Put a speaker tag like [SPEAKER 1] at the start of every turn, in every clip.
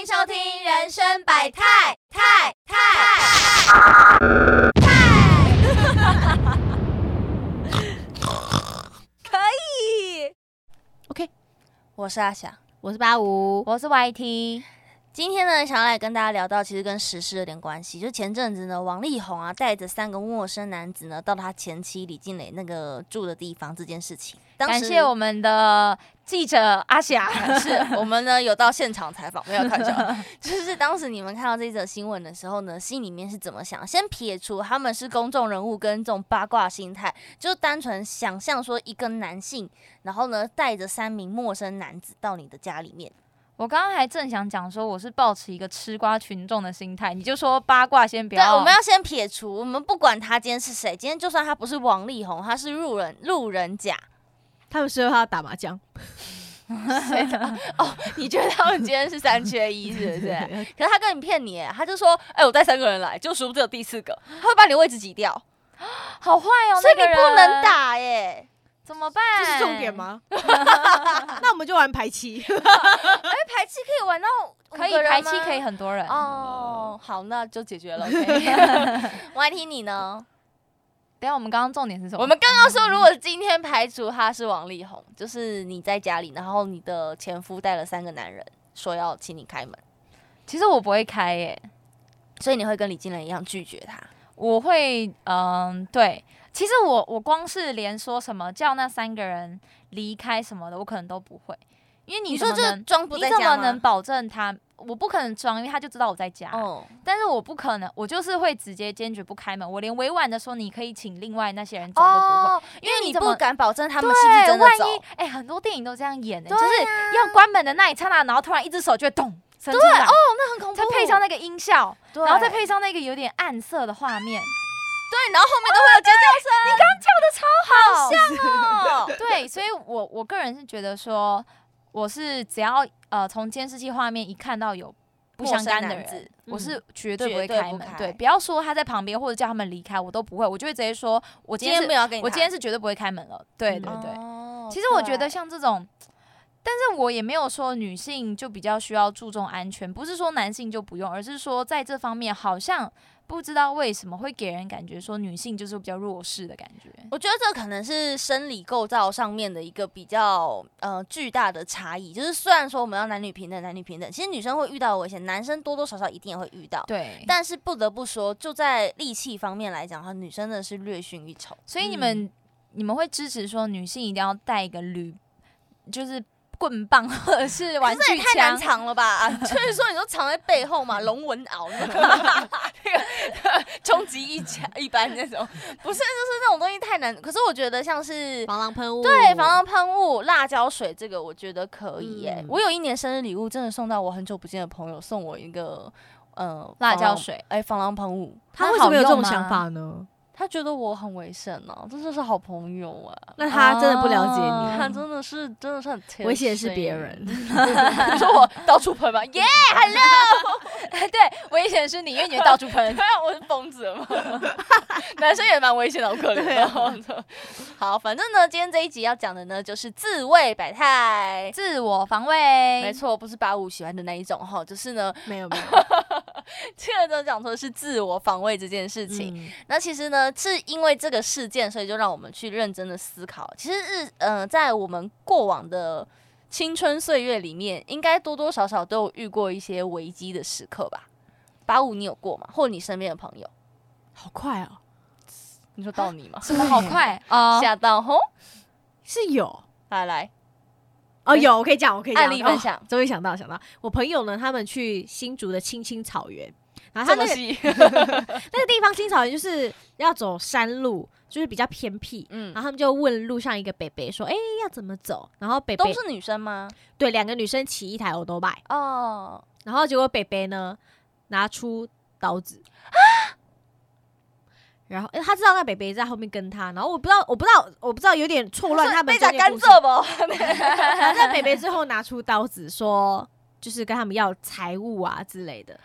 [SPEAKER 1] 收听《人生百态》，太太太太，可以。
[SPEAKER 2] OK，
[SPEAKER 1] 我是阿翔，
[SPEAKER 2] 我是八五，
[SPEAKER 3] 我是 YT。
[SPEAKER 1] 今天呢，想要来跟大家聊到，其实跟时事有点关系。就前阵子呢，王力宏啊，带着三个陌生男子呢，到他前妻李静蕾那个住的地方这件事情。当时
[SPEAKER 3] 感谢我们的记者阿霞，
[SPEAKER 1] 是我们呢有到现场采访，没有看笑。 就是当时你们看到这则新闻的时候呢，心里面是怎么想？先撇除他们是公众人物跟这种八卦心态，就单纯想象说一个男性，然后呢带着三名陌生男子到你的家里面。
[SPEAKER 3] 我刚刚还正想讲说，我是抱持一个吃瓜群众的心态，你就说八卦先不
[SPEAKER 1] 对，
[SPEAKER 3] 要，
[SPEAKER 1] 我们要先撇除，我们不管他今天是谁，今天就算他不是王力宏，他是路人路人甲。
[SPEAKER 2] 他们是他打麻将，
[SPEAKER 1] 谁的？ 哦，你觉得他们今天是三缺一是 不是？可是他跟你骗你耶，他就说，哎、我带三个人来，就殊不知有第四个，他会把你位置挤掉，
[SPEAKER 3] 好坏哦，
[SPEAKER 1] 所以你
[SPEAKER 3] 那个人
[SPEAKER 1] 不能，打耶。
[SPEAKER 3] 怎么办？
[SPEAKER 2] 这是重点？吗？那我们就玩排七，
[SPEAKER 1] 哎、排期可以玩到
[SPEAKER 3] 可以排期可以很多人，
[SPEAKER 1] 哦，好，那就解决了。OK 我还听你呢。
[SPEAKER 3] 等一下我们刚刚重点是什么？
[SPEAKER 1] 我们刚刚说，如果今天排除他是王力宏，就是你在家里，然后你的前夫带了三个男人，说要请你开门，
[SPEAKER 3] 其实我不会开耶、
[SPEAKER 1] 所以你会跟李金人一样拒绝他。
[SPEAKER 3] 我会嗯对，其实我我光是连说什么叫那三个人离开什么的，我可能都不会，因为
[SPEAKER 1] 你
[SPEAKER 3] 怎
[SPEAKER 1] 说
[SPEAKER 3] 么
[SPEAKER 1] 这
[SPEAKER 3] 能
[SPEAKER 1] 装不
[SPEAKER 3] 你
[SPEAKER 1] 在
[SPEAKER 3] 怎么
[SPEAKER 1] 家
[SPEAKER 3] 能
[SPEAKER 1] 吗？
[SPEAKER 3] 保证他？我不可能装，因为他就知道我在家。
[SPEAKER 1] 哦，
[SPEAKER 3] 但是我不可能，我就是会直接坚决不开门，我连委婉的说你可以请另外那些人走都不会。
[SPEAKER 1] 哦，因为
[SPEAKER 3] 你
[SPEAKER 1] 你
[SPEAKER 3] 怎
[SPEAKER 1] 不
[SPEAKER 3] 么
[SPEAKER 1] 敢保证他
[SPEAKER 3] 他
[SPEAKER 1] 们是不是真的走
[SPEAKER 3] 万一，哎、很多电影都这样演的、
[SPEAKER 1] 对啊
[SPEAKER 3] 就是
[SPEAKER 1] 呀
[SPEAKER 3] 要关门的那一刹那，然后突然一只手就会咚伸出啊来，哦，
[SPEAKER 1] 那很恐
[SPEAKER 3] 再
[SPEAKER 1] 怖。
[SPEAKER 3] 配上那个音效，
[SPEAKER 1] 对，
[SPEAKER 3] 然后再配上那个有点暗色的画面，
[SPEAKER 1] 对，然后后面都会有尖
[SPEAKER 3] 超好。
[SPEAKER 1] 叫声。
[SPEAKER 3] 哦 对，所以我我个人是觉得说，我是只要呃从监视器画面一看到有不
[SPEAKER 1] 陌
[SPEAKER 3] 相
[SPEAKER 1] 生
[SPEAKER 3] 干的
[SPEAKER 1] 男
[SPEAKER 3] 人，
[SPEAKER 1] 子
[SPEAKER 3] 我
[SPEAKER 2] 嗯
[SPEAKER 3] 是绝对
[SPEAKER 1] 绝
[SPEAKER 3] 不会
[SPEAKER 1] 对
[SPEAKER 3] 开
[SPEAKER 1] 不
[SPEAKER 3] 门。
[SPEAKER 1] 开
[SPEAKER 3] 对，不要说他在旁边或者叫他们离开，我都不会，我就会直接说，我今
[SPEAKER 1] 今
[SPEAKER 3] 天
[SPEAKER 1] 天
[SPEAKER 3] 是
[SPEAKER 1] 没有要跟你谈，
[SPEAKER 3] 我今天是绝对不会开门了。对
[SPEAKER 2] 嗯
[SPEAKER 3] 对对。
[SPEAKER 1] 哦
[SPEAKER 3] 其实我觉得像这种，但是我也没有说女性就比较需要注重安全，不是说男性就不用，而是说在这方面好像不知道为什么会给人感觉说女性就是比较弱势的感觉。
[SPEAKER 1] 我觉得这可能是生理构造上面的一个比较呃巨大的差异，就是虽然说我们要男女平等，男女平等，其实女生会遇到的危险，男生多多少少一定也会遇到。
[SPEAKER 3] 对，
[SPEAKER 1] 但是不得不说，就在力气方面来讲的话，女生真的是略逊一筹。
[SPEAKER 3] 所以你们、
[SPEAKER 1] 嗯
[SPEAKER 3] 你们会支持说女性一定要带一个铝，就是棍棒或者是玩
[SPEAKER 1] 这
[SPEAKER 3] 具
[SPEAKER 1] 也太难
[SPEAKER 3] 枪？
[SPEAKER 1] 藏了吧？啊 就是说，你说藏在背后 嘛，龙纹袄那个那个 终极一家一般那种， 不是，就是那种东西太难。可是我觉得像是
[SPEAKER 2] 防狼喷雾，
[SPEAKER 1] 对防狼喷雾、辣椒水这个，我觉得可以耶、
[SPEAKER 2] 嗯
[SPEAKER 1] 我有一年生日礼物，真的送到我很久不见的朋友，送我一个呃
[SPEAKER 3] 辣
[SPEAKER 1] 防
[SPEAKER 3] 椒
[SPEAKER 1] 狼
[SPEAKER 3] 水
[SPEAKER 1] 哎、防狼喷雾。
[SPEAKER 2] 他为
[SPEAKER 3] 那
[SPEAKER 2] 什
[SPEAKER 3] 好
[SPEAKER 2] 么有这
[SPEAKER 3] 用
[SPEAKER 2] 种
[SPEAKER 3] 吗
[SPEAKER 2] 想法呢？
[SPEAKER 1] 他觉得我很危险呢、这就是好朋友啊。
[SPEAKER 2] 那他真的不了解
[SPEAKER 3] 哦
[SPEAKER 2] 你，
[SPEAKER 1] 他真的是真的是很贴
[SPEAKER 2] 威胁的是
[SPEAKER 1] 心
[SPEAKER 2] 别， 人。
[SPEAKER 1] 你说我到处喷 吗？耶、
[SPEAKER 3] 对，危险是你，因为你会到处喷。
[SPEAKER 1] 对啊，我是疯子嘛。 男生也蛮危险的，好可怜的。 好，反正呢，今天这一集要讲的呢，就是自卫百态。
[SPEAKER 3] 自我防
[SPEAKER 1] 没
[SPEAKER 3] 卫，
[SPEAKER 1] 错，不是八五喜欢的那一种哈，就是 呢，
[SPEAKER 2] 没有没有，
[SPEAKER 1] 这个都讲说是自我防卫这件事情。
[SPEAKER 2] 嗯
[SPEAKER 1] 那其实呢，是因为这个事件，所以就让我们去认真的思考。其实日，呃，在我们过往的青春岁月里面，应该多多少少都有遇过一些危机的时刻吧。八五，你有过吗？或你身边的朋友？
[SPEAKER 2] 好快哦，
[SPEAKER 1] 你说到你吗？
[SPEAKER 3] 什么好 快啊！
[SPEAKER 1] 吓到哦吼！
[SPEAKER 2] 是有。
[SPEAKER 1] 来来，
[SPEAKER 2] 哦，
[SPEAKER 1] 没
[SPEAKER 2] 有，我可以讲，我可以讲
[SPEAKER 1] 案例分享
[SPEAKER 2] 哦终于想到，想到我朋友呢，他们去新竹的青青草原，然 后
[SPEAKER 1] 这
[SPEAKER 2] 他
[SPEAKER 1] 么
[SPEAKER 2] 那个
[SPEAKER 1] 细，
[SPEAKER 2] 那个地方青草原就是要走山路，就是比较偏僻。
[SPEAKER 1] 嗯
[SPEAKER 2] 然，后他们就问路上一个北北说：“哎、要怎么走？”然后北
[SPEAKER 1] 都
[SPEAKER 2] 北
[SPEAKER 1] 是女生吗？
[SPEAKER 2] 对两个女生骑一台 o 都拜，
[SPEAKER 1] 哦，
[SPEAKER 2] 然后结果北北呢拿出刀子，然后、诶他知道那北北在后面跟他，然后我不知道我不知道我不知道有点错乱他们
[SPEAKER 1] 被
[SPEAKER 2] 中
[SPEAKER 1] 打
[SPEAKER 2] 间
[SPEAKER 1] 甘
[SPEAKER 2] 故事。
[SPEAKER 1] 蔗 不？
[SPEAKER 2] 反正北北最后拿出刀子说，就是跟他们要财物啊之类的，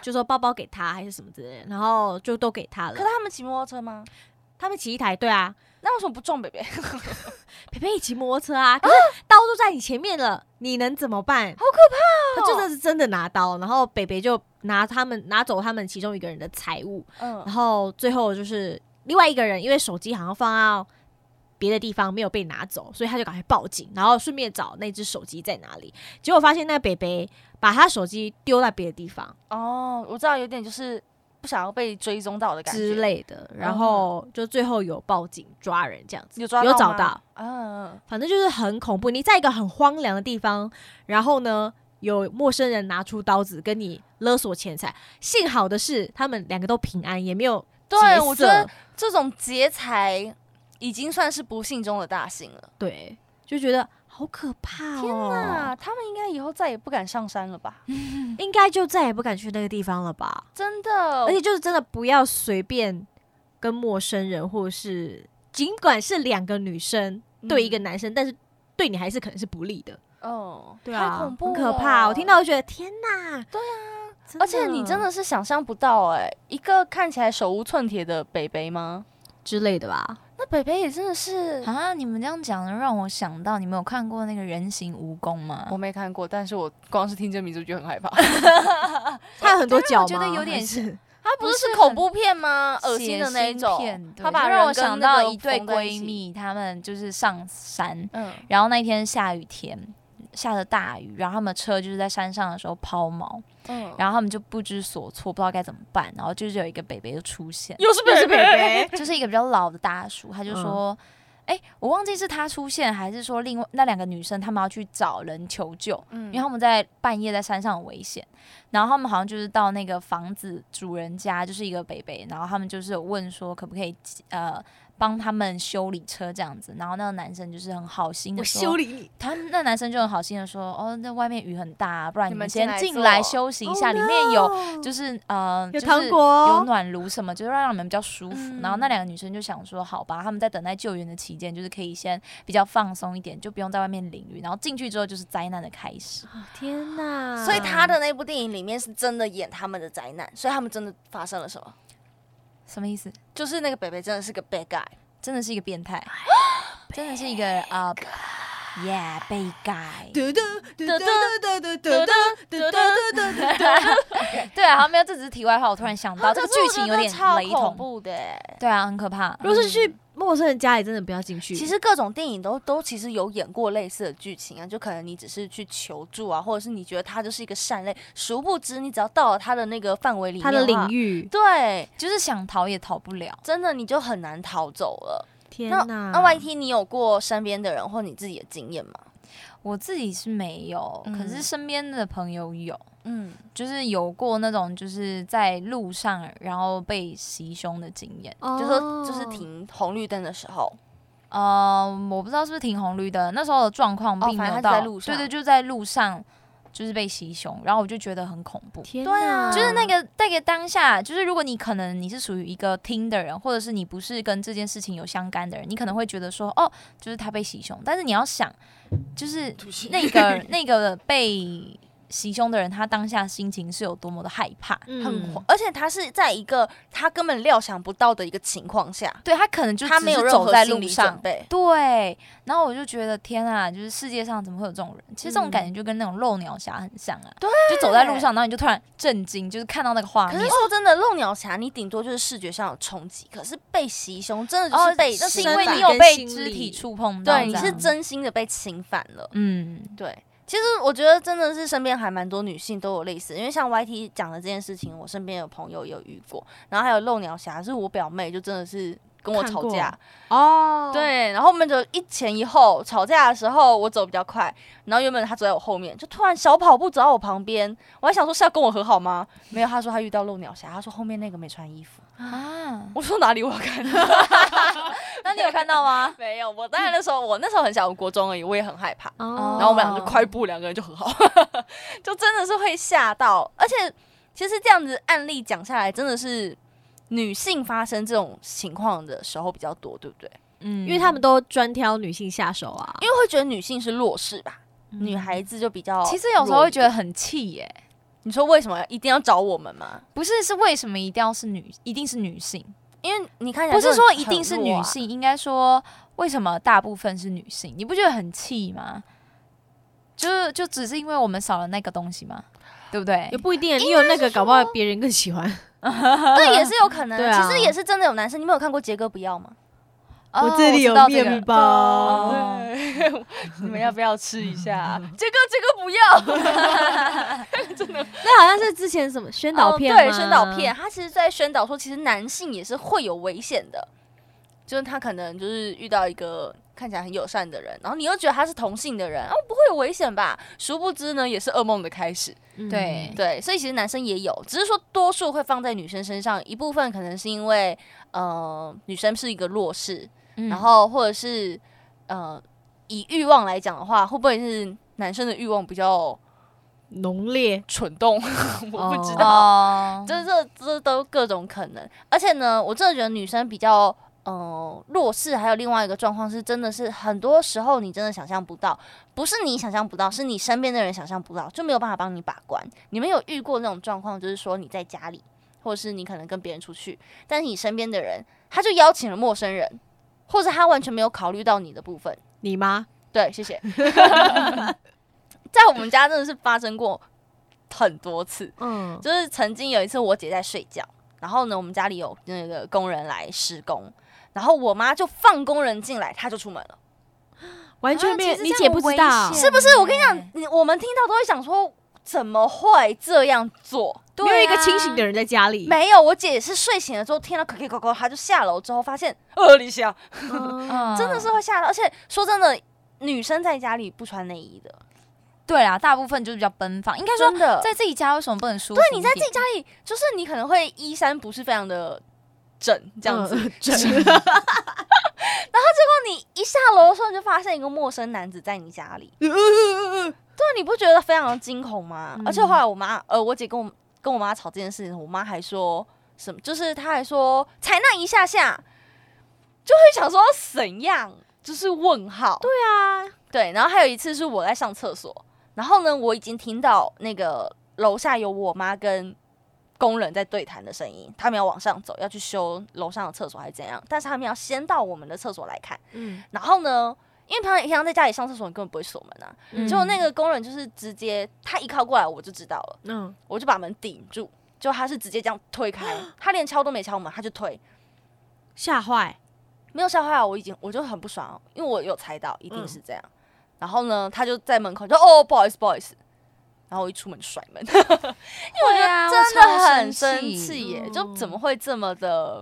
[SPEAKER 2] 就说包包给他还是什么之类的，然后就都给他了
[SPEAKER 1] 可是。他们骑摩托车吗？
[SPEAKER 2] 他们骑一台，对啊，
[SPEAKER 1] 那为什么不撞北 北？
[SPEAKER 2] 陪陪一起摩托车啊，可是刀都在你前面了，你能怎么办？
[SPEAKER 1] 好可
[SPEAKER 2] 他真的
[SPEAKER 1] 哦
[SPEAKER 2] 是真的拿刀，然后北北就拿他们拿走他们其中一个人的财物，
[SPEAKER 1] 怕哦！
[SPEAKER 2] 然后最后就是另外一个人，因为手机好像放到别的地方没有被拿走，所以他就赶快报警，然后顺便找那只手机在哪里。结果发现那北北把他手机丢在别的地方
[SPEAKER 1] 嗯，哦，我知道，有点就是不想要被追踪到的感觉嗯
[SPEAKER 2] 之，类的，然后就最后有报警抓人这样子，
[SPEAKER 1] 有抓
[SPEAKER 2] 有找
[SPEAKER 1] 吗
[SPEAKER 2] 到，
[SPEAKER 1] 嗯，嗯
[SPEAKER 2] 反正就是很恐怖。你在一个很荒凉的地方，然后呢，有陌生人拿出刀子跟你勒索钱财。幸好的是，他们两个都平安，也没有劫
[SPEAKER 1] 对，
[SPEAKER 2] 色
[SPEAKER 1] 我觉得这种劫财已经算是不幸中的大幸了。
[SPEAKER 2] 对，就觉得好可怕、哦。天
[SPEAKER 1] 那，他们应该以后再也不敢上山了吧？
[SPEAKER 2] 应该就再也不敢去那个地方了吧？
[SPEAKER 1] 真的，
[SPEAKER 2] 而且就是真的不要随便跟陌生人，或者是尽管是两个女生对一个
[SPEAKER 1] 嗯
[SPEAKER 2] 男生，但是对你还是可能是不利的。
[SPEAKER 1] 哦，
[SPEAKER 2] 对啊，
[SPEAKER 1] 太恐怖，
[SPEAKER 2] 很可怕。我听到。就觉得天哪！对啊，
[SPEAKER 1] 而且你真的是想象不到哎、一个看起来手无寸铁的北北吗？
[SPEAKER 2] 之类的吧？
[SPEAKER 1] 那北北也真的是，
[SPEAKER 3] 啊，你们这样讲的让我想到，你们有看过那个人形蜈蚣吗？
[SPEAKER 1] 我没看过，但是我光是听这名字就很害怕。
[SPEAKER 2] 它有很多脚吗？
[SPEAKER 3] 我觉得有点
[SPEAKER 2] 还是
[SPEAKER 1] 它不是
[SPEAKER 3] 不
[SPEAKER 1] 是
[SPEAKER 3] 是
[SPEAKER 1] 恐怖片吗？ 恶
[SPEAKER 3] 血
[SPEAKER 1] 心的那一种
[SPEAKER 3] 腥片，对
[SPEAKER 1] 它把
[SPEAKER 3] 就
[SPEAKER 1] 人
[SPEAKER 3] 让我
[SPEAKER 1] 跟
[SPEAKER 3] 想
[SPEAKER 1] 那
[SPEAKER 3] 到
[SPEAKER 1] 个
[SPEAKER 3] 一对
[SPEAKER 1] 缝在一
[SPEAKER 3] 闺
[SPEAKER 1] 起，
[SPEAKER 3] 蜜，她们就是上山，
[SPEAKER 1] 嗯，
[SPEAKER 3] 然后那天下雨天，下着大雨，然后他们车就是在山上的时候抛锚，
[SPEAKER 1] 嗯
[SPEAKER 3] 然后他们就不知所措，不知道该怎么办，然后就是有一个北北就出现，
[SPEAKER 1] 又是
[SPEAKER 2] 又是
[SPEAKER 1] 北
[SPEAKER 2] 北
[SPEAKER 1] 北，
[SPEAKER 2] 北，
[SPEAKER 3] 就是一个比较老的大叔，他就
[SPEAKER 2] 嗯
[SPEAKER 3] 说。哎、我忘记是他出现，还是说另外那两个女生她们要去找人求救，
[SPEAKER 1] 嗯
[SPEAKER 3] 因为他们在半夜在山上很危险，然后他们好像就是到那个房子主人家，就是一个北北，然后他们就是有问说可不可以呃帮他们修理车这样子，然后那个男生就是很好心的
[SPEAKER 2] 我
[SPEAKER 3] 说
[SPEAKER 2] 修，理你。
[SPEAKER 3] 他那男生就很好心的说，哦，那外面雨很大、不然
[SPEAKER 1] 你
[SPEAKER 3] 你
[SPEAKER 1] 们
[SPEAKER 3] 们
[SPEAKER 1] 进
[SPEAKER 3] 先
[SPEAKER 1] 来
[SPEAKER 3] 进来
[SPEAKER 1] 坐
[SPEAKER 3] 休息一
[SPEAKER 2] Oh
[SPEAKER 3] 下，里面有
[SPEAKER 2] no
[SPEAKER 3] 就是呃
[SPEAKER 2] 有
[SPEAKER 3] 就是
[SPEAKER 2] 糖
[SPEAKER 3] 有
[SPEAKER 2] 果，
[SPEAKER 3] 暖炉什么，就是让你们比较舒服。
[SPEAKER 1] 哦嗯
[SPEAKER 3] 然后那两个女生就想说，好吧，他们在等待救援的期间，就是可以先比较放松一点，就不用在外面淋雨。然后进去之后就是灾难的开始。
[SPEAKER 2] 天哪！
[SPEAKER 1] 所以他的那部电影里面是真的演他们的灾难，所以他们真的发生了什么？
[SPEAKER 3] 什么意思？
[SPEAKER 1] 就是那个北北真的是个 bad guy，
[SPEAKER 3] 真的是一个 变态，真的是一个啊、y e a h 被盖。
[SPEAKER 2] 嘟嘟嘟嘟嘟嘟嘟嘟嘟嘟嘟嘟，
[SPEAKER 3] 对啊，好没有，这只是题外话。我突然想
[SPEAKER 1] 啊
[SPEAKER 3] 到，这个剧情有点
[SPEAKER 1] 超
[SPEAKER 3] 雷
[SPEAKER 1] 恐
[SPEAKER 3] 同。
[SPEAKER 1] 怖的欸。
[SPEAKER 3] 对啊，很可怕。
[SPEAKER 2] 如果是去陌生人家里，真的不要进去。
[SPEAKER 1] 其实各种电影都都其实有演过类似的剧情啊，就可能你只是去求助啊，或者是你觉得他就是一个善类，殊不知你只要到了他的那个范围里面，
[SPEAKER 2] 他的领，域，
[SPEAKER 1] 对，
[SPEAKER 3] 就是想逃也逃不了。
[SPEAKER 1] 真的你就很难逃走了。
[SPEAKER 2] 天
[SPEAKER 1] 那
[SPEAKER 2] 哪！
[SPEAKER 1] 那 YT 你有过身边的人或你自己的经验吗？
[SPEAKER 3] 我自己是没有，可是
[SPEAKER 1] 嗯
[SPEAKER 3] 身边的朋友有。
[SPEAKER 1] 嗯，
[SPEAKER 3] 就是有过那种就是在路上然后被袭胸的经验。
[SPEAKER 1] 就
[SPEAKER 2] 就
[SPEAKER 1] 说就是停红绿灯的时候，
[SPEAKER 3] 呃，我不知道是不是停红绿灯，那时候的状况并没有到，
[SPEAKER 1] 哦反正他在路上
[SPEAKER 3] 对对，就在路上就是被袭胸，然后我就觉得很恐怖。
[SPEAKER 2] 天
[SPEAKER 1] 对啊
[SPEAKER 2] 哪，
[SPEAKER 3] 就是那个那个当下，就是如果你可能你是属于一个听的人，或者是你不是跟这件事情有相干的人，你可能会觉得说，哦，就是他被袭胸。但是你要想，就是那个那个被袭胸的人，他当下心情是有多么的害 怕。
[SPEAKER 2] 嗯
[SPEAKER 1] 很慌，而且他是在一个他根本料想不到的一个情况下，
[SPEAKER 3] 对他可能就
[SPEAKER 1] 他
[SPEAKER 3] 只
[SPEAKER 1] 没有
[SPEAKER 3] 是
[SPEAKER 1] 任
[SPEAKER 3] 走
[SPEAKER 1] 何
[SPEAKER 3] 在
[SPEAKER 1] 心
[SPEAKER 3] 路
[SPEAKER 1] 理
[SPEAKER 3] 上
[SPEAKER 1] 准，备。
[SPEAKER 3] 对，然后我就觉得天啊，就是世界上怎么会有这种人？其实这种感
[SPEAKER 2] 嗯
[SPEAKER 3] 觉就跟那种漏鸟侠很像啊，对，就走在路上，然后你就突然震惊，就是哦看到那个画
[SPEAKER 1] 可
[SPEAKER 3] 面
[SPEAKER 1] 是。啊哦说真的，漏鸟侠你顶多就是视觉上有冲击，可是被袭胸真的就
[SPEAKER 3] 哦
[SPEAKER 1] 是，被
[SPEAKER 3] 那是
[SPEAKER 1] 侵犯，
[SPEAKER 3] 因为
[SPEAKER 2] 身
[SPEAKER 3] 你
[SPEAKER 2] 体
[SPEAKER 3] 有
[SPEAKER 2] 跟
[SPEAKER 3] 被
[SPEAKER 2] 心
[SPEAKER 3] 肢体
[SPEAKER 2] 理
[SPEAKER 3] 触碰到，
[SPEAKER 1] 对你
[SPEAKER 3] 这
[SPEAKER 1] 是
[SPEAKER 3] 样
[SPEAKER 1] 真心的被侵犯了。
[SPEAKER 3] 嗯，
[SPEAKER 1] 对，其实我觉得真的是身边还蛮多女性都有类似，因为像 YT 讲的这件事情，我身边有朋友也有遇过，然后还有漏鸟侠是我表妹，就真的是跟我
[SPEAKER 2] 看
[SPEAKER 1] 吵
[SPEAKER 2] 过
[SPEAKER 1] 架，
[SPEAKER 2] 哦，
[SPEAKER 1] 对，然后我们就一前一后吵架的时候，我走比较快，然后原本他走在我后面，就突然小跑步走到我旁边，我还想说是要跟我和好吗？没有，他说他遇到漏鸟侠，他说后面那个没穿衣服，
[SPEAKER 3] 啊，
[SPEAKER 1] 我说哪里我要看？
[SPEAKER 3] 那你有看 到吗？
[SPEAKER 1] 没有，我当然那时候我那时候很小，我国中而已，我也很害怕。
[SPEAKER 2] 哦，
[SPEAKER 1] 然后我们俩就快步，两个人就很好， 就真的是会吓到。而且其实这样子案例讲下来，真的是女性发生这种情况的时候比较多，对不对？
[SPEAKER 3] 嗯，
[SPEAKER 2] 因为他们都专挑女性下手啊，
[SPEAKER 1] 因为会觉得女性是弱势吧，
[SPEAKER 2] 嗯
[SPEAKER 1] 女孩子就比较。
[SPEAKER 3] 其实有时候会觉得很气耶，
[SPEAKER 1] 你说为什么一定要找我们吗？
[SPEAKER 3] 不是是为什么一定要是女，一定是女性？
[SPEAKER 1] 因为你看起来
[SPEAKER 3] 不是
[SPEAKER 1] 就
[SPEAKER 3] 说
[SPEAKER 1] 很
[SPEAKER 3] 一定是
[SPEAKER 1] 很弱
[SPEAKER 3] 女
[SPEAKER 1] 啊
[SPEAKER 3] 性，应该说为什么大部分是女性？你不觉得很气吗？就是就只是因为我们少了那个东西吗？对不对
[SPEAKER 2] 也？不一定，你有那个，搞不好别人更喜欢。
[SPEAKER 1] 对，也是有可能
[SPEAKER 2] 对
[SPEAKER 1] 的。
[SPEAKER 2] 啊
[SPEAKER 1] 其实也是真的有男生，你们有看过杰哥不要吗？
[SPEAKER 3] 哦知道这个哦
[SPEAKER 1] 你们要不要吃一下？
[SPEAKER 3] 啊
[SPEAKER 1] 杰哥，杰哥不要。
[SPEAKER 2] 那好像是之前什么宣导片、
[SPEAKER 1] 哦对，宣导片，。他其实在宣导说，其实男性也是会有危险的，就是他可能就是遇到一个看起来很友善的人，然后你又觉得他是同性的人，哦，不会有危险吧？殊不知呢，也是噩梦的开始。
[SPEAKER 2] 嗯
[SPEAKER 3] 对
[SPEAKER 1] 对，所以其实男生也有，只是说多数会放在女生身上，一部分可能是因为呃女生是一个弱势，
[SPEAKER 3] 嗯
[SPEAKER 1] 然 后或者是呃以欲望来讲的话，会不会是男生的欲望比较
[SPEAKER 2] 浓烈，
[SPEAKER 1] 蠢动？ 我不知道。
[SPEAKER 3] 哦，
[SPEAKER 1] 这这这都各种可能。而且呢，我真的觉得女生比较呃弱势，还有另外一个状况是，真的是很多时候你真的想象不到，不是你想象不到，是你身边的人想象不到，就没有办法帮你把关。你们有遇过那种状况，就是说你在家里，或是你可能跟别人出去，但是你身边的人他就邀请了陌生人，或者他完全没有考虑到你的部分。
[SPEAKER 2] 你吗？
[SPEAKER 1] 对，谢谢。 在我们家真的是发生过很多次，
[SPEAKER 2] 嗯，
[SPEAKER 1] 就是曾经有一次我姐在睡觉，然后呢，我们家里有那个工人来施工，然后我妈就放工人进来，她就出门了。
[SPEAKER 2] 完全
[SPEAKER 3] 啊
[SPEAKER 2] 没
[SPEAKER 3] 其
[SPEAKER 2] 有，
[SPEAKER 3] 实
[SPEAKER 2] 你
[SPEAKER 3] 这
[SPEAKER 2] 姐
[SPEAKER 3] 样
[SPEAKER 2] 不
[SPEAKER 3] 很
[SPEAKER 2] 知
[SPEAKER 3] 危
[SPEAKER 2] 道，
[SPEAKER 3] 险
[SPEAKER 1] 是不是？我跟你
[SPEAKER 3] 对
[SPEAKER 1] 讲，嗯你我们听到都会想说，怎么会这样做？
[SPEAKER 3] 对
[SPEAKER 2] 没有一个
[SPEAKER 3] 啊
[SPEAKER 2] 清醒的人在家里。
[SPEAKER 3] 嗯
[SPEAKER 1] 没有，我姐也是睡醒了之后听到可可狗狗，她就下楼之后发现呃，李霞
[SPEAKER 2] 嗯
[SPEAKER 3] 嗯
[SPEAKER 1] 真的是会吓到，而且说真的，女生在家里不穿内衣的，
[SPEAKER 3] 对啦，大部分就是比较奔放，应该说
[SPEAKER 1] 真的
[SPEAKER 3] 在自己家为什么不能舒服？
[SPEAKER 1] 对你在自己家，里，就是你可能会衣衫不是非常的整这样子，
[SPEAKER 2] 嗯整
[SPEAKER 1] 你一下楼的时候，你就发现一个陌生男子在你家里，对，啊你不觉得非常的惊恐吗？
[SPEAKER 3] 嗯
[SPEAKER 1] 而且后来我妈，呃，我姐跟我跟我妈吵这件事情，我妈还说什么，就是她还说才那一下下，就会想说怎样，就是问号。对
[SPEAKER 2] 啊，
[SPEAKER 1] 对，然后还有一次是我在上厕所，然后呢，我已经听到那个楼下有我妈跟。工人在对谈的声音，他们要往上走，要去修楼上的厕所还是怎样？但是他们要先到我们的厕所来看。
[SPEAKER 2] 嗯，
[SPEAKER 1] 然后呢，因为平常平常在家里上厕所，你根本不会锁门啊。
[SPEAKER 2] 嗯
[SPEAKER 1] 结果那个工人就是直接他一靠过来，我就知道了，
[SPEAKER 2] 嗯，
[SPEAKER 1] 我就把门顶住，就他是直接这样推开，他连敲都没敲门，他就推，
[SPEAKER 2] 吓坏，
[SPEAKER 1] 没有吓坏我，我已经我就很不爽，啊因为我有猜到一定是这样。然后呢，他就在门口就哦，不好意思，不好意思。然后我一出门就甩门，
[SPEAKER 3] 对啊，我
[SPEAKER 1] 真的很
[SPEAKER 3] 超
[SPEAKER 1] 生气耶！
[SPEAKER 2] 嗯
[SPEAKER 1] 就怎么会这么的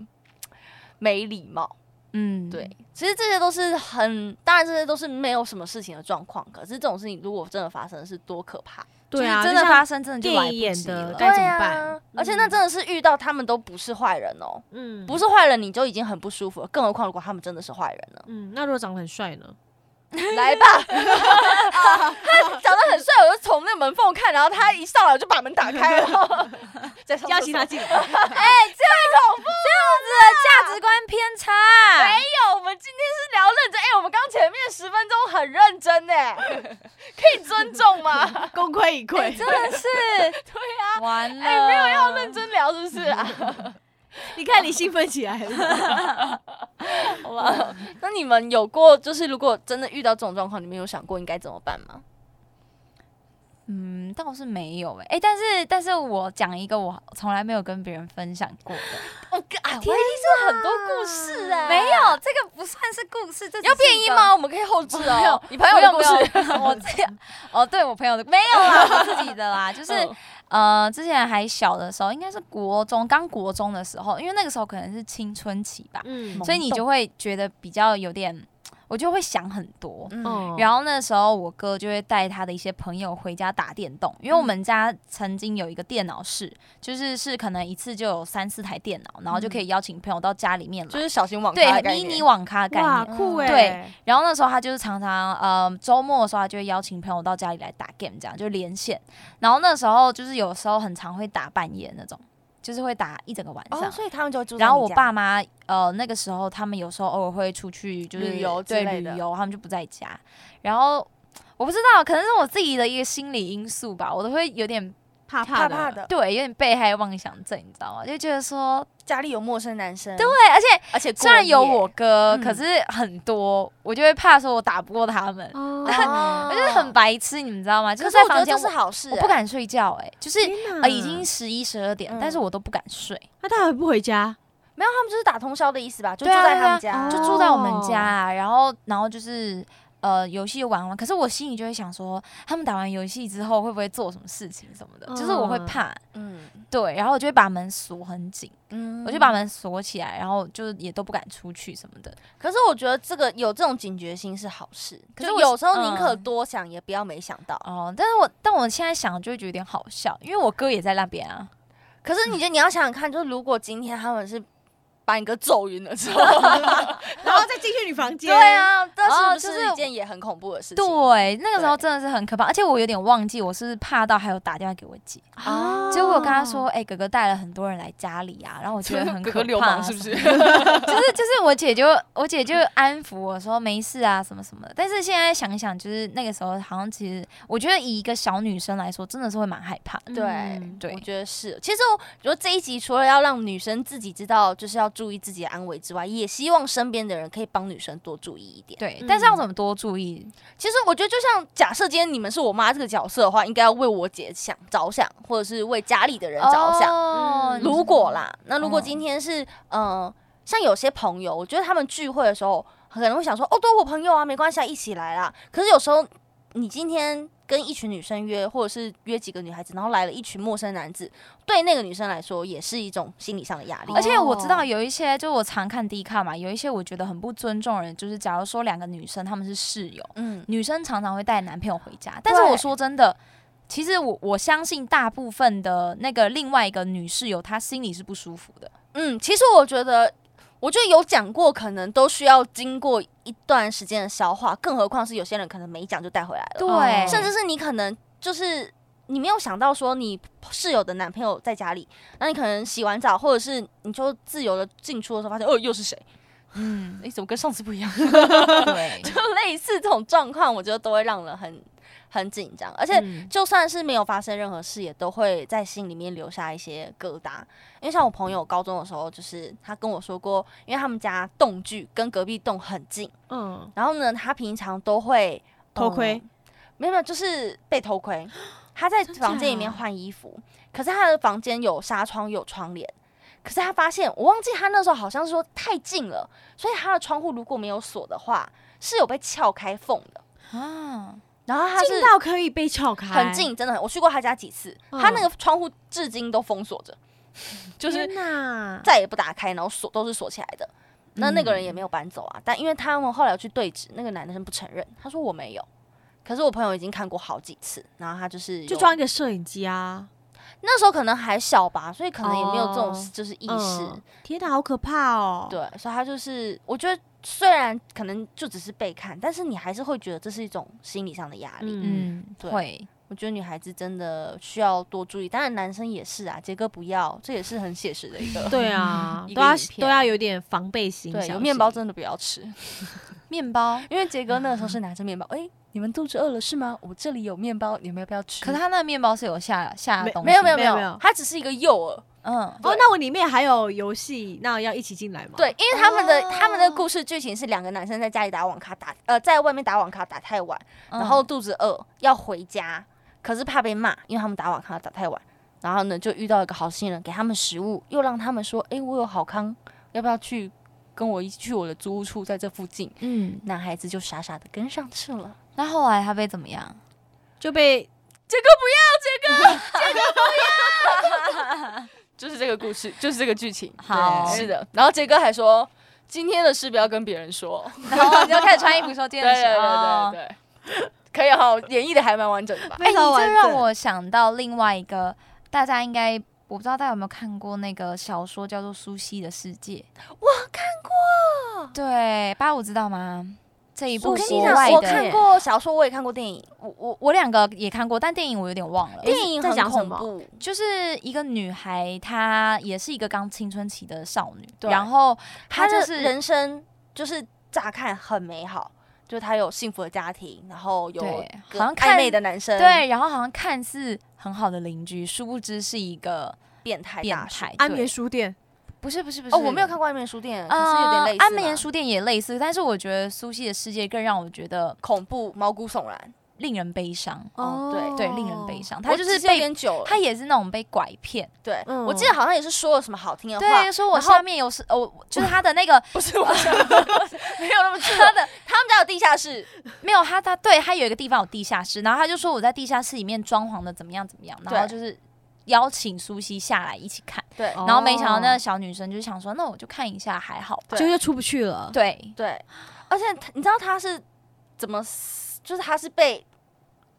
[SPEAKER 1] 没礼貌？
[SPEAKER 3] 嗯，
[SPEAKER 1] 对，其实这些都是很，当然这些都是没有什么事情的状况。可是这种事情如果真的发生，是多可怕！
[SPEAKER 2] 对啊，
[SPEAKER 3] 就是真
[SPEAKER 2] 就
[SPEAKER 3] 的
[SPEAKER 2] 像
[SPEAKER 3] 发生，真的就
[SPEAKER 2] 电
[SPEAKER 3] 来
[SPEAKER 2] 影
[SPEAKER 3] 不
[SPEAKER 2] 演
[SPEAKER 3] 及
[SPEAKER 2] 的
[SPEAKER 3] 了。
[SPEAKER 2] 该怎
[SPEAKER 1] 对
[SPEAKER 2] 么
[SPEAKER 1] 啊
[SPEAKER 2] 办
[SPEAKER 1] 而且那真的是遇到他们都不是坏人哦，
[SPEAKER 2] 嗯，？
[SPEAKER 1] 不是坏人你就已经很不舒服了，更何况如果他们真的是坏人呢
[SPEAKER 2] 嗯，那如果长得很帅呢？
[SPEAKER 1] 来 吧，他长得很帅，我就从那门缝看，然后他一上来我就把门打 开了，再上厕所
[SPEAKER 2] 邀请他进来，
[SPEAKER 3] 价值观偏差，
[SPEAKER 1] 没有，我们今天是聊认真，哎、我们刚前面十分钟很认真哎，可以尊重吗？ 哎
[SPEAKER 2] 功亏一篑。
[SPEAKER 3] 真的 是
[SPEAKER 1] 对啊，
[SPEAKER 3] 完了，
[SPEAKER 1] 哎、没有要认真聊是不是啊？
[SPEAKER 2] 你看你兴奋起来了，
[SPEAKER 1] 好吧， 那你们有过就是如果真的遇到这种状况，你们有想过应该怎么办吗？
[SPEAKER 3] 嗯，倒是没有哎、哎、但是但是我讲一个我从来没有跟别人分享过的，
[SPEAKER 1] 我跟哎，我一定是很多故事哎、
[SPEAKER 3] 没有，这个不算是故事，这
[SPEAKER 1] 要变音
[SPEAKER 3] 音？
[SPEAKER 1] 吗？我们可以后置
[SPEAKER 3] 没有
[SPEAKER 1] 哦。你朋友的故
[SPEAKER 3] 不用
[SPEAKER 1] 事，
[SPEAKER 3] 不 用我自己哦，对我朋友的没有啦，我自己的 啦，就是、呃，之前还小的时候，应该是国中刚国中的时候，因为那个时候可能是青春期吧，
[SPEAKER 2] 嗯
[SPEAKER 3] 所以你就会觉得比较有点，我就会想很多，
[SPEAKER 2] 哦
[SPEAKER 1] 嗯，
[SPEAKER 3] 然后那时候我哥就会带他的一些朋友回家打电动，因为我们家曾经有一个电脑室，就是是可能一次就有三四台电脑，然后就可以邀请朋友到家里面来，
[SPEAKER 1] 就是小型网咖的
[SPEAKER 3] 对
[SPEAKER 1] 概
[SPEAKER 3] 迷
[SPEAKER 1] 念
[SPEAKER 3] 你网咖的概
[SPEAKER 2] 哇，
[SPEAKER 3] 念。
[SPEAKER 2] 酷哎、
[SPEAKER 3] 对，然后那时候他就是常常，呃，周末的时候他就会邀请朋友到家里来打 game，这样就连线。然后那时候就是有时候很常会打半夜那种，就是会打一整个晚上。
[SPEAKER 1] 哦，所以他们就会住在
[SPEAKER 3] 然后
[SPEAKER 1] 你
[SPEAKER 3] 我
[SPEAKER 1] 家
[SPEAKER 3] 爸妈呃那个时候他们有时候偶尔会出去就是
[SPEAKER 1] 旅游之
[SPEAKER 3] 对
[SPEAKER 1] 类
[SPEAKER 3] 旅
[SPEAKER 1] 的
[SPEAKER 3] 游，他们就不在家。然后我不知道，可能是我自己的一个心理因素吧，我都会有点
[SPEAKER 2] 怕
[SPEAKER 1] 怕
[SPEAKER 2] 的，
[SPEAKER 1] 怕的，
[SPEAKER 3] 对，有点被害妄想症，你知道吗？就觉得说，
[SPEAKER 1] 家里有陌生男生，
[SPEAKER 3] 对，而且
[SPEAKER 1] 而且
[SPEAKER 3] 虽然有我哥，
[SPEAKER 1] 嗯
[SPEAKER 3] 可是很多，我就会怕说我打不过他们，
[SPEAKER 2] 哦，
[SPEAKER 1] 我
[SPEAKER 3] 我就是很，白痴，你们知道吗？就
[SPEAKER 1] 可是
[SPEAKER 3] 在
[SPEAKER 1] 我觉
[SPEAKER 3] 房
[SPEAKER 1] 得
[SPEAKER 3] 间
[SPEAKER 1] 这是好事、欸
[SPEAKER 3] 我不敢睡觉、哎， 就是
[SPEAKER 2] 天
[SPEAKER 3] 呃
[SPEAKER 2] 哪
[SPEAKER 3] 已经十一十二点，
[SPEAKER 1] 嗯
[SPEAKER 3] 但是我都不敢睡，
[SPEAKER 2] 那他还不回家？
[SPEAKER 1] 没有，他们就是打通宵的意思吧？就住
[SPEAKER 3] 对啊
[SPEAKER 1] 在他们
[SPEAKER 3] 对
[SPEAKER 1] 家，
[SPEAKER 2] 啊
[SPEAKER 3] 就住在我
[SPEAKER 1] 哦
[SPEAKER 3] 们家、啊，然后然后就是。呃，游戏玩完，可是我心里就会想说，他们打完游戏之后会不会做什么事情什么的，就是我会
[SPEAKER 2] 嗯
[SPEAKER 3] 怕，
[SPEAKER 1] 嗯
[SPEAKER 3] 对，然后我就会把门锁很紧，
[SPEAKER 1] 嗯
[SPEAKER 3] 我就把。门锁起来，然后就是也都不敢出去什么的。
[SPEAKER 1] 可是我觉得这个有这种警觉心是好事，可是
[SPEAKER 3] 就
[SPEAKER 1] 有
[SPEAKER 3] 我
[SPEAKER 1] 时候宁可
[SPEAKER 3] 嗯
[SPEAKER 1] 多想，也不要没想到。
[SPEAKER 3] 哦，但是我但我现在想就会觉得有点好笑，因为我哥也在那边啊，
[SPEAKER 1] 可是你就你要想想看，就是如果今天他们是把你哥揍晕了之 后，
[SPEAKER 2] 然后再进去你房间
[SPEAKER 1] 对，啊，
[SPEAKER 3] 哦
[SPEAKER 1] 这是
[SPEAKER 3] 就
[SPEAKER 1] 不
[SPEAKER 3] 是
[SPEAKER 1] 是一件也很恐怖的事情？
[SPEAKER 3] 对，那个时候
[SPEAKER 1] 对
[SPEAKER 3] 真的是很可怕，而且我有点忘记我是不是怕到还有打电话给我姐，
[SPEAKER 1] 啊
[SPEAKER 3] 结果我跟她说，哎、哥哥带了很多人来家里啊，然后我 觉得很可怕，
[SPEAKER 1] 是？
[SPEAKER 3] 就是就是我姐就我姐就安抚我说没事啊什么什么的，但是现在想想，就是那个时候好像其实我觉得以一个小女生来说，真的是会蛮害怕的。
[SPEAKER 1] 对、
[SPEAKER 2] 嗯
[SPEAKER 3] 对
[SPEAKER 1] 我觉得是。其实我觉得这一集除了要让女生自己知道就是要注意自己的安危之外，也希望身边的人可以帮女生多注意一点。
[SPEAKER 3] 对
[SPEAKER 2] 嗯，
[SPEAKER 3] 但是要怎么多注意？
[SPEAKER 1] 其实我觉得，就像假设今天你们是我妈这个角色的话，应该要为我姐想着想，或者是为家里的人着想。
[SPEAKER 3] 哦
[SPEAKER 2] 嗯
[SPEAKER 1] 如果啦，那如果
[SPEAKER 3] 嗯
[SPEAKER 1] 今天是嗯、呃像有些朋友，我觉得他们聚会的时候可能会想说，哦，都我朋友啊，没关系，啊，一起来啦。可是有时候你今天跟一群女生约，或者是约几个女孩子，然后来了一群陌生男子，对那个女生来说也是一种心理上的压力。
[SPEAKER 3] 而且我知道
[SPEAKER 2] 哦
[SPEAKER 3] 有一些，就我常看 D 卡嘛，有一些我觉得很不尊重人，就是假如说两个女生她们是室友，
[SPEAKER 1] 嗯，
[SPEAKER 3] 女生常常会带男朋友回家，但是我说真的。其实我我相信大部分的那个另外一个女室友，她心里是不舒服的。
[SPEAKER 1] 嗯，其实我觉得，我觉得有讲过，可能都需要经过一段时间的消化，更何况是有些人可能没讲就带回来了，
[SPEAKER 3] 哦
[SPEAKER 2] 对
[SPEAKER 1] 甚至是你可能就是你没有想到说你室友的男朋友在家里，那你可能洗完澡或者是你就自由的进出的时候，发现哦又是谁，
[SPEAKER 3] 嗯，
[SPEAKER 1] 你怎么跟上次不一 样？
[SPEAKER 3] 对，
[SPEAKER 1] 就类似这种状况，我觉得都会让人很很紧张，而且
[SPEAKER 2] 嗯
[SPEAKER 1] 就算是没有发生任何事，也都会在心里面留下一些疙瘩。因为像我朋友高中的时候，就是他跟我说过，因为他们家栋距跟隔壁栋很近，
[SPEAKER 2] 嗯，
[SPEAKER 1] 然后呢，他平常都会
[SPEAKER 2] 偷窥，
[SPEAKER 1] 呃没有没有，就是被偷窥。他在
[SPEAKER 2] 假
[SPEAKER 1] 房间里面换衣服，可是他的房间有纱窗有窗帘，可是他发现我忘记他那时候好像是说太近了，所以他的窗户如果没有锁的话，是有被撬开缝的。
[SPEAKER 3] 啊，
[SPEAKER 1] 然后他是
[SPEAKER 2] 近到可以被撬开，
[SPEAKER 1] 很近，真的很。我去过他家几次，
[SPEAKER 2] 嗯
[SPEAKER 1] 他那个窗户至今都封锁着，就
[SPEAKER 2] 天
[SPEAKER 1] 是
[SPEAKER 2] 哪，
[SPEAKER 1] 再也不打开，然后锁都是锁起来的。那那个人也没有搬走啊，但因为他们后来有去对质，那个男生不承认，他说我没有。可是我朋友已经看过好几次，然后他就是有
[SPEAKER 2] 就装一个摄影机啊，
[SPEAKER 1] 那时候可能还小吧，所以可能也没有这种
[SPEAKER 2] 哦
[SPEAKER 1] 就是意识，
[SPEAKER 2] 嗯，天哪，好可怕哦，
[SPEAKER 1] 对，所以他就是我觉得虽然可能就只是被看，但是你还是会觉得这是一种心理上的压力。
[SPEAKER 2] 嗯，
[SPEAKER 3] 嗯，
[SPEAKER 1] 对
[SPEAKER 3] 会，
[SPEAKER 1] 我觉得女孩子真的需要多注意，当然男生也是啊，杰哥不要，这也是很写实的一个。
[SPEAKER 2] 对啊，
[SPEAKER 1] 嗯一个
[SPEAKER 2] 都要
[SPEAKER 1] 影片
[SPEAKER 2] 都要有点防备心，
[SPEAKER 1] 对，
[SPEAKER 2] 小
[SPEAKER 1] 有
[SPEAKER 2] 心
[SPEAKER 1] 面包真的不要吃，
[SPEAKER 3] 面包，
[SPEAKER 1] 因为杰哥那个时候是拿着面包，哎、你们肚子饿了是吗？我这里有面包，你们要不要吃？
[SPEAKER 3] 可他那个面包是有下下
[SPEAKER 2] 没
[SPEAKER 3] 东西，
[SPEAKER 1] 没有没有
[SPEAKER 2] 没
[SPEAKER 1] 没
[SPEAKER 2] 有
[SPEAKER 1] 有
[SPEAKER 2] 没有
[SPEAKER 1] 他只是一个诱饵。
[SPEAKER 3] 嗯，
[SPEAKER 2] 哦
[SPEAKER 1] 对，
[SPEAKER 2] 那我里面还有游戏，那要一起进来吗？
[SPEAKER 1] 对，因为他们的、
[SPEAKER 3] 哦
[SPEAKER 1] 他们的故事剧情是两个男生在家里打网咖打呃在外面打网咖打太晚，
[SPEAKER 3] 嗯
[SPEAKER 1] 然后肚子饿要回家，可是怕被骂，因为他们打网咖打太晚。然后呢，就遇到一个好心人给他们食物，又让他们说，哎、我有好康，要不要去跟我一起去我的租屋处，在这附近。
[SPEAKER 3] 嗯，
[SPEAKER 1] 男孩子就傻傻的跟上去了。
[SPEAKER 3] 那后来他被怎么样？
[SPEAKER 2] 就被
[SPEAKER 1] 就是这个故事，就是这个剧情。
[SPEAKER 3] 好，
[SPEAKER 1] 是的，然后杰哥还说，今天的事不要跟别人说。
[SPEAKER 3] 然后你就开始穿衣服说今
[SPEAKER 1] 对
[SPEAKER 3] 天的
[SPEAKER 1] 对
[SPEAKER 3] 事哦
[SPEAKER 1] 对对对，可以哈，演绎的还蛮完整的吧？
[SPEAKER 3] 哎、
[SPEAKER 2] 非常
[SPEAKER 3] 你
[SPEAKER 2] 完
[SPEAKER 3] 这让
[SPEAKER 2] 整
[SPEAKER 3] 我想到另外一个，大家应该我不知道大家有没有看过那个小说叫做《苏西的世界》，我看过。对，八五知道吗？这一部
[SPEAKER 1] 我跟你
[SPEAKER 3] 国
[SPEAKER 1] 讲
[SPEAKER 3] 外，
[SPEAKER 1] 我
[SPEAKER 3] 的
[SPEAKER 1] 看，过小说，我也看过电影，
[SPEAKER 3] 我我我两个也看过，但电影我有点忘了。
[SPEAKER 1] 电影
[SPEAKER 2] 在
[SPEAKER 1] 很
[SPEAKER 2] 讲什
[SPEAKER 1] 恐
[SPEAKER 2] 么
[SPEAKER 1] 怖。
[SPEAKER 3] 就是一个女孩，她也是一个刚青春期的少女，
[SPEAKER 1] 对
[SPEAKER 3] 然后她
[SPEAKER 1] 他
[SPEAKER 3] 就
[SPEAKER 1] 的
[SPEAKER 3] 是
[SPEAKER 1] 人生就是乍看很美好，就是他有幸福的家庭，然后有
[SPEAKER 3] 对
[SPEAKER 1] 个
[SPEAKER 3] 好像
[SPEAKER 1] 暧
[SPEAKER 3] 看
[SPEAKER 1] 昧的男生，
[SPEAKER 3] 对，，然后好像看似很好的邻居，殊不知是一个
[SPEAKER 1] 变态
[SPEAKER 3] 变
[SPEAKER 1] 大叔
[SPEAKER 3] 态。
[SPEAKER 2] 安
[SPEAKER 3] 对
[SPEAKER 2] 眠书店，
[SPEAKER 1] 哎
[SPEAKER 3] 不是不是不是，
[SPEAKER 1] 哦，我没有看过《安眠书店》，可是有点
[SPEAKER 3] 啊
[SPEAKER 1] 类似。
[SPEAKER 3] 安眠书店也类似，但是我觉得苏西的世界更让我觉得
[SPEAKER 1] 恐怖、毛骨悚然，
[SPEAKER 3] 令人悲伤，
[SPEAKER 1] 哦对
[SPEAKER 3] 对，令人悲。伤。
[SPEAKER 1] 我
[SPEAKER 3] 他就
[SPEAKER 1] 只
[SPEAKER 3] 是
[SPEAKER 1] 有
[SPEAKER 3] 被
[SPEAKER 1] 点久了。
[SPEAKER 3] 他也是那种被拐骗，
[SPEAKER 1] 对，
[SPEAKER 2] 嗯
[SPEAKER 1] 我记得好像也是说了什么好听的话，
[SPEAKER 3] 对，说我
[SPEAKER 1] 然后
[SPEAKER 3] 下面有是哦，就是他的那个
[SPEAKER 1] 不是我想的，没有那么他的，他们家有地下室，
[SPEAKER 3] 没有他他对他有一个地方有地下室，然后他就说我在地下室里面装潢的怎么样怎么样，然后
[SPEAKER 1] 对
[SPEAKER 3] 就是邀请苏西下来一起看，
[SPEAKER 1] 对
[SPEAKER 2] 哦
[SPEAKER 3] 然后没想到那个小女生就想说那我就看一下还好吧，
[SPEAKER 1] 对
[SPEAKER 2] 就又出不去了。
[SPEAKER 3] 对
[SPEAKER 1] 对，而且他你知道他是怎么死，就是他是被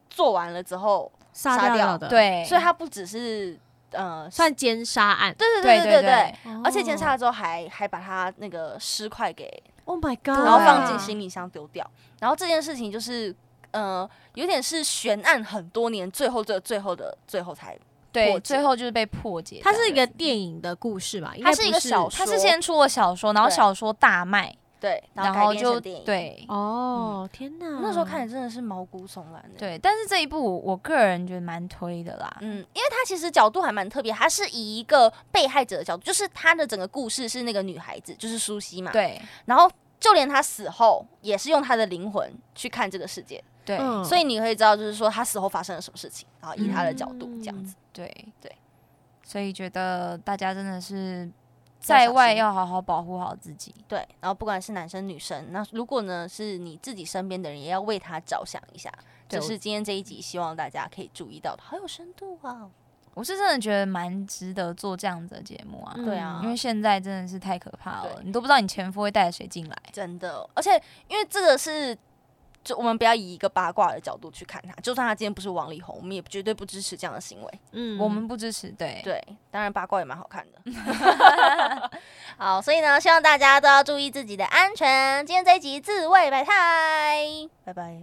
[SPEAKER 1] 做完了之后，
[SPEAKER 2] 杀
[SPEAKER 1] 杀掉
[SPEAKER 2] 掉的，，
[SPEAKER 3] 对，
[SPEAKER 1] 所以他不只是呃，
[SPEAKER 2] 算奸杀案。
[SPEAKER 1] 对对
[SPEAKER 3] 对哦
[SPEAKER 1] 对对对
[SPEAKER 3] 对，
[SPEAKER 1] 而且检查了之后还还把他那个尸块给，
[SPEAKER 2] ，Oh my God，
[SPEAKER 3] 啊
[SPEAKER 1] 然后放进行李箱丢掉。然后这件事情就是，呃，有点是悬案很多年，最后这最后的最后才破
[SPEAKER 3] 对，
[SPEAKER 1] 解
[SPEAKER 3] 最后就是被破解。
[SPEAKER 2] 它是一个电影的故事吧？应该
[SPEAKER 1] 它是一个
[SPEAKER 2] 不是
[SPEAKER 1] 小说
[SPEAKER 3] 他是先出了小说，然后
[SPEAKER 1] 对
[SPEAKER 3] 小说大卖，
[SPEAKER 1] 对，
[SPEAKER 3] 然
[SPEAKER 1] 后
[SPEAKER 3] 后
[SPEAKER 1] 改编
[SPEAKER 3] 就
[SPEAKER 1] 成电影。，
[SPEAKER 3] 对嗯
[SPEAKER 2] 哦，天哪！
[SPEAKER 1] 嗯那时候看，的真的是毛骨悚然的。，欸
[SPEAKER 3] 对。但是这一部我我个人觉得蛮推的啦，
[SPEAKER 1] 嗯，因为他其实角度还蛮特别，他是以一个被害者的角度，就是他的整个故事是那个女孩子，就是苏西嘛。，
[SPEAKER 3] 对
[SPEAKER 1] 然后。就连他死后，也是用他的灵魂去看这个世界，
[SPEAKER 3] 对
[SPEAKER 2] 嗯
[SPEAKER 1] 所以你可以知道，就是说他死后发生了什么事情，然后以他的角度
[SPEAKER 2] 嗯
[SPEAKER 1] 这样子。
[SPEAKER 3] 对
[SPEAKER 1] 对，
[SPEAKER 3] 所以觉得大家真的是
[SPEAKER 1] 要
[SPEAKER 3] 在
[SPEAKER 1] 小
[SPEAKER 3] 外
[SPEAKER 1] 心
[SPEAKER 3] 要好好保护好自己。
[SPEAKER 1] 对，然后不管是男生女生，那如果呢是你自己身边的人，也要为他着想一下。
[SPEAKER 3] 对
[SPEAKER 1] 这
[SPEAKER 3] 我
[SPEAKER 1] 是今天这一集，希望大家可以注意到的，好有深度啊！
[SPEAKER 3] 我是真的觉得蛮值得做这样子的节目啊。
[SPEAKER 2] 嗯
[SPEAKER 1] 对啊
[SPEAKER 3] 因，为现在真的是太可怕了，
[SPEAKER 1] 对
[SPEAKER 3] 你都不知道你前夫会带着谁进来。
[SPEAKER 1] 真的，哦而且因为这个是，就我们不要以一个八卦的角度去看他，就算他今天不是王力宏，我们也绝对不支持这样的行为。
[SPEAKER 2] 嗯
[SPEAKER 3] 我们不支持，对，
[SPEAKER 1] 对，当然八卦也蛮好看的。好，所以呢，希望大家都要注意自己的安全。今天这一集自卫百态，拜拜。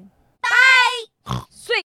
[SPEAKER 2] 所以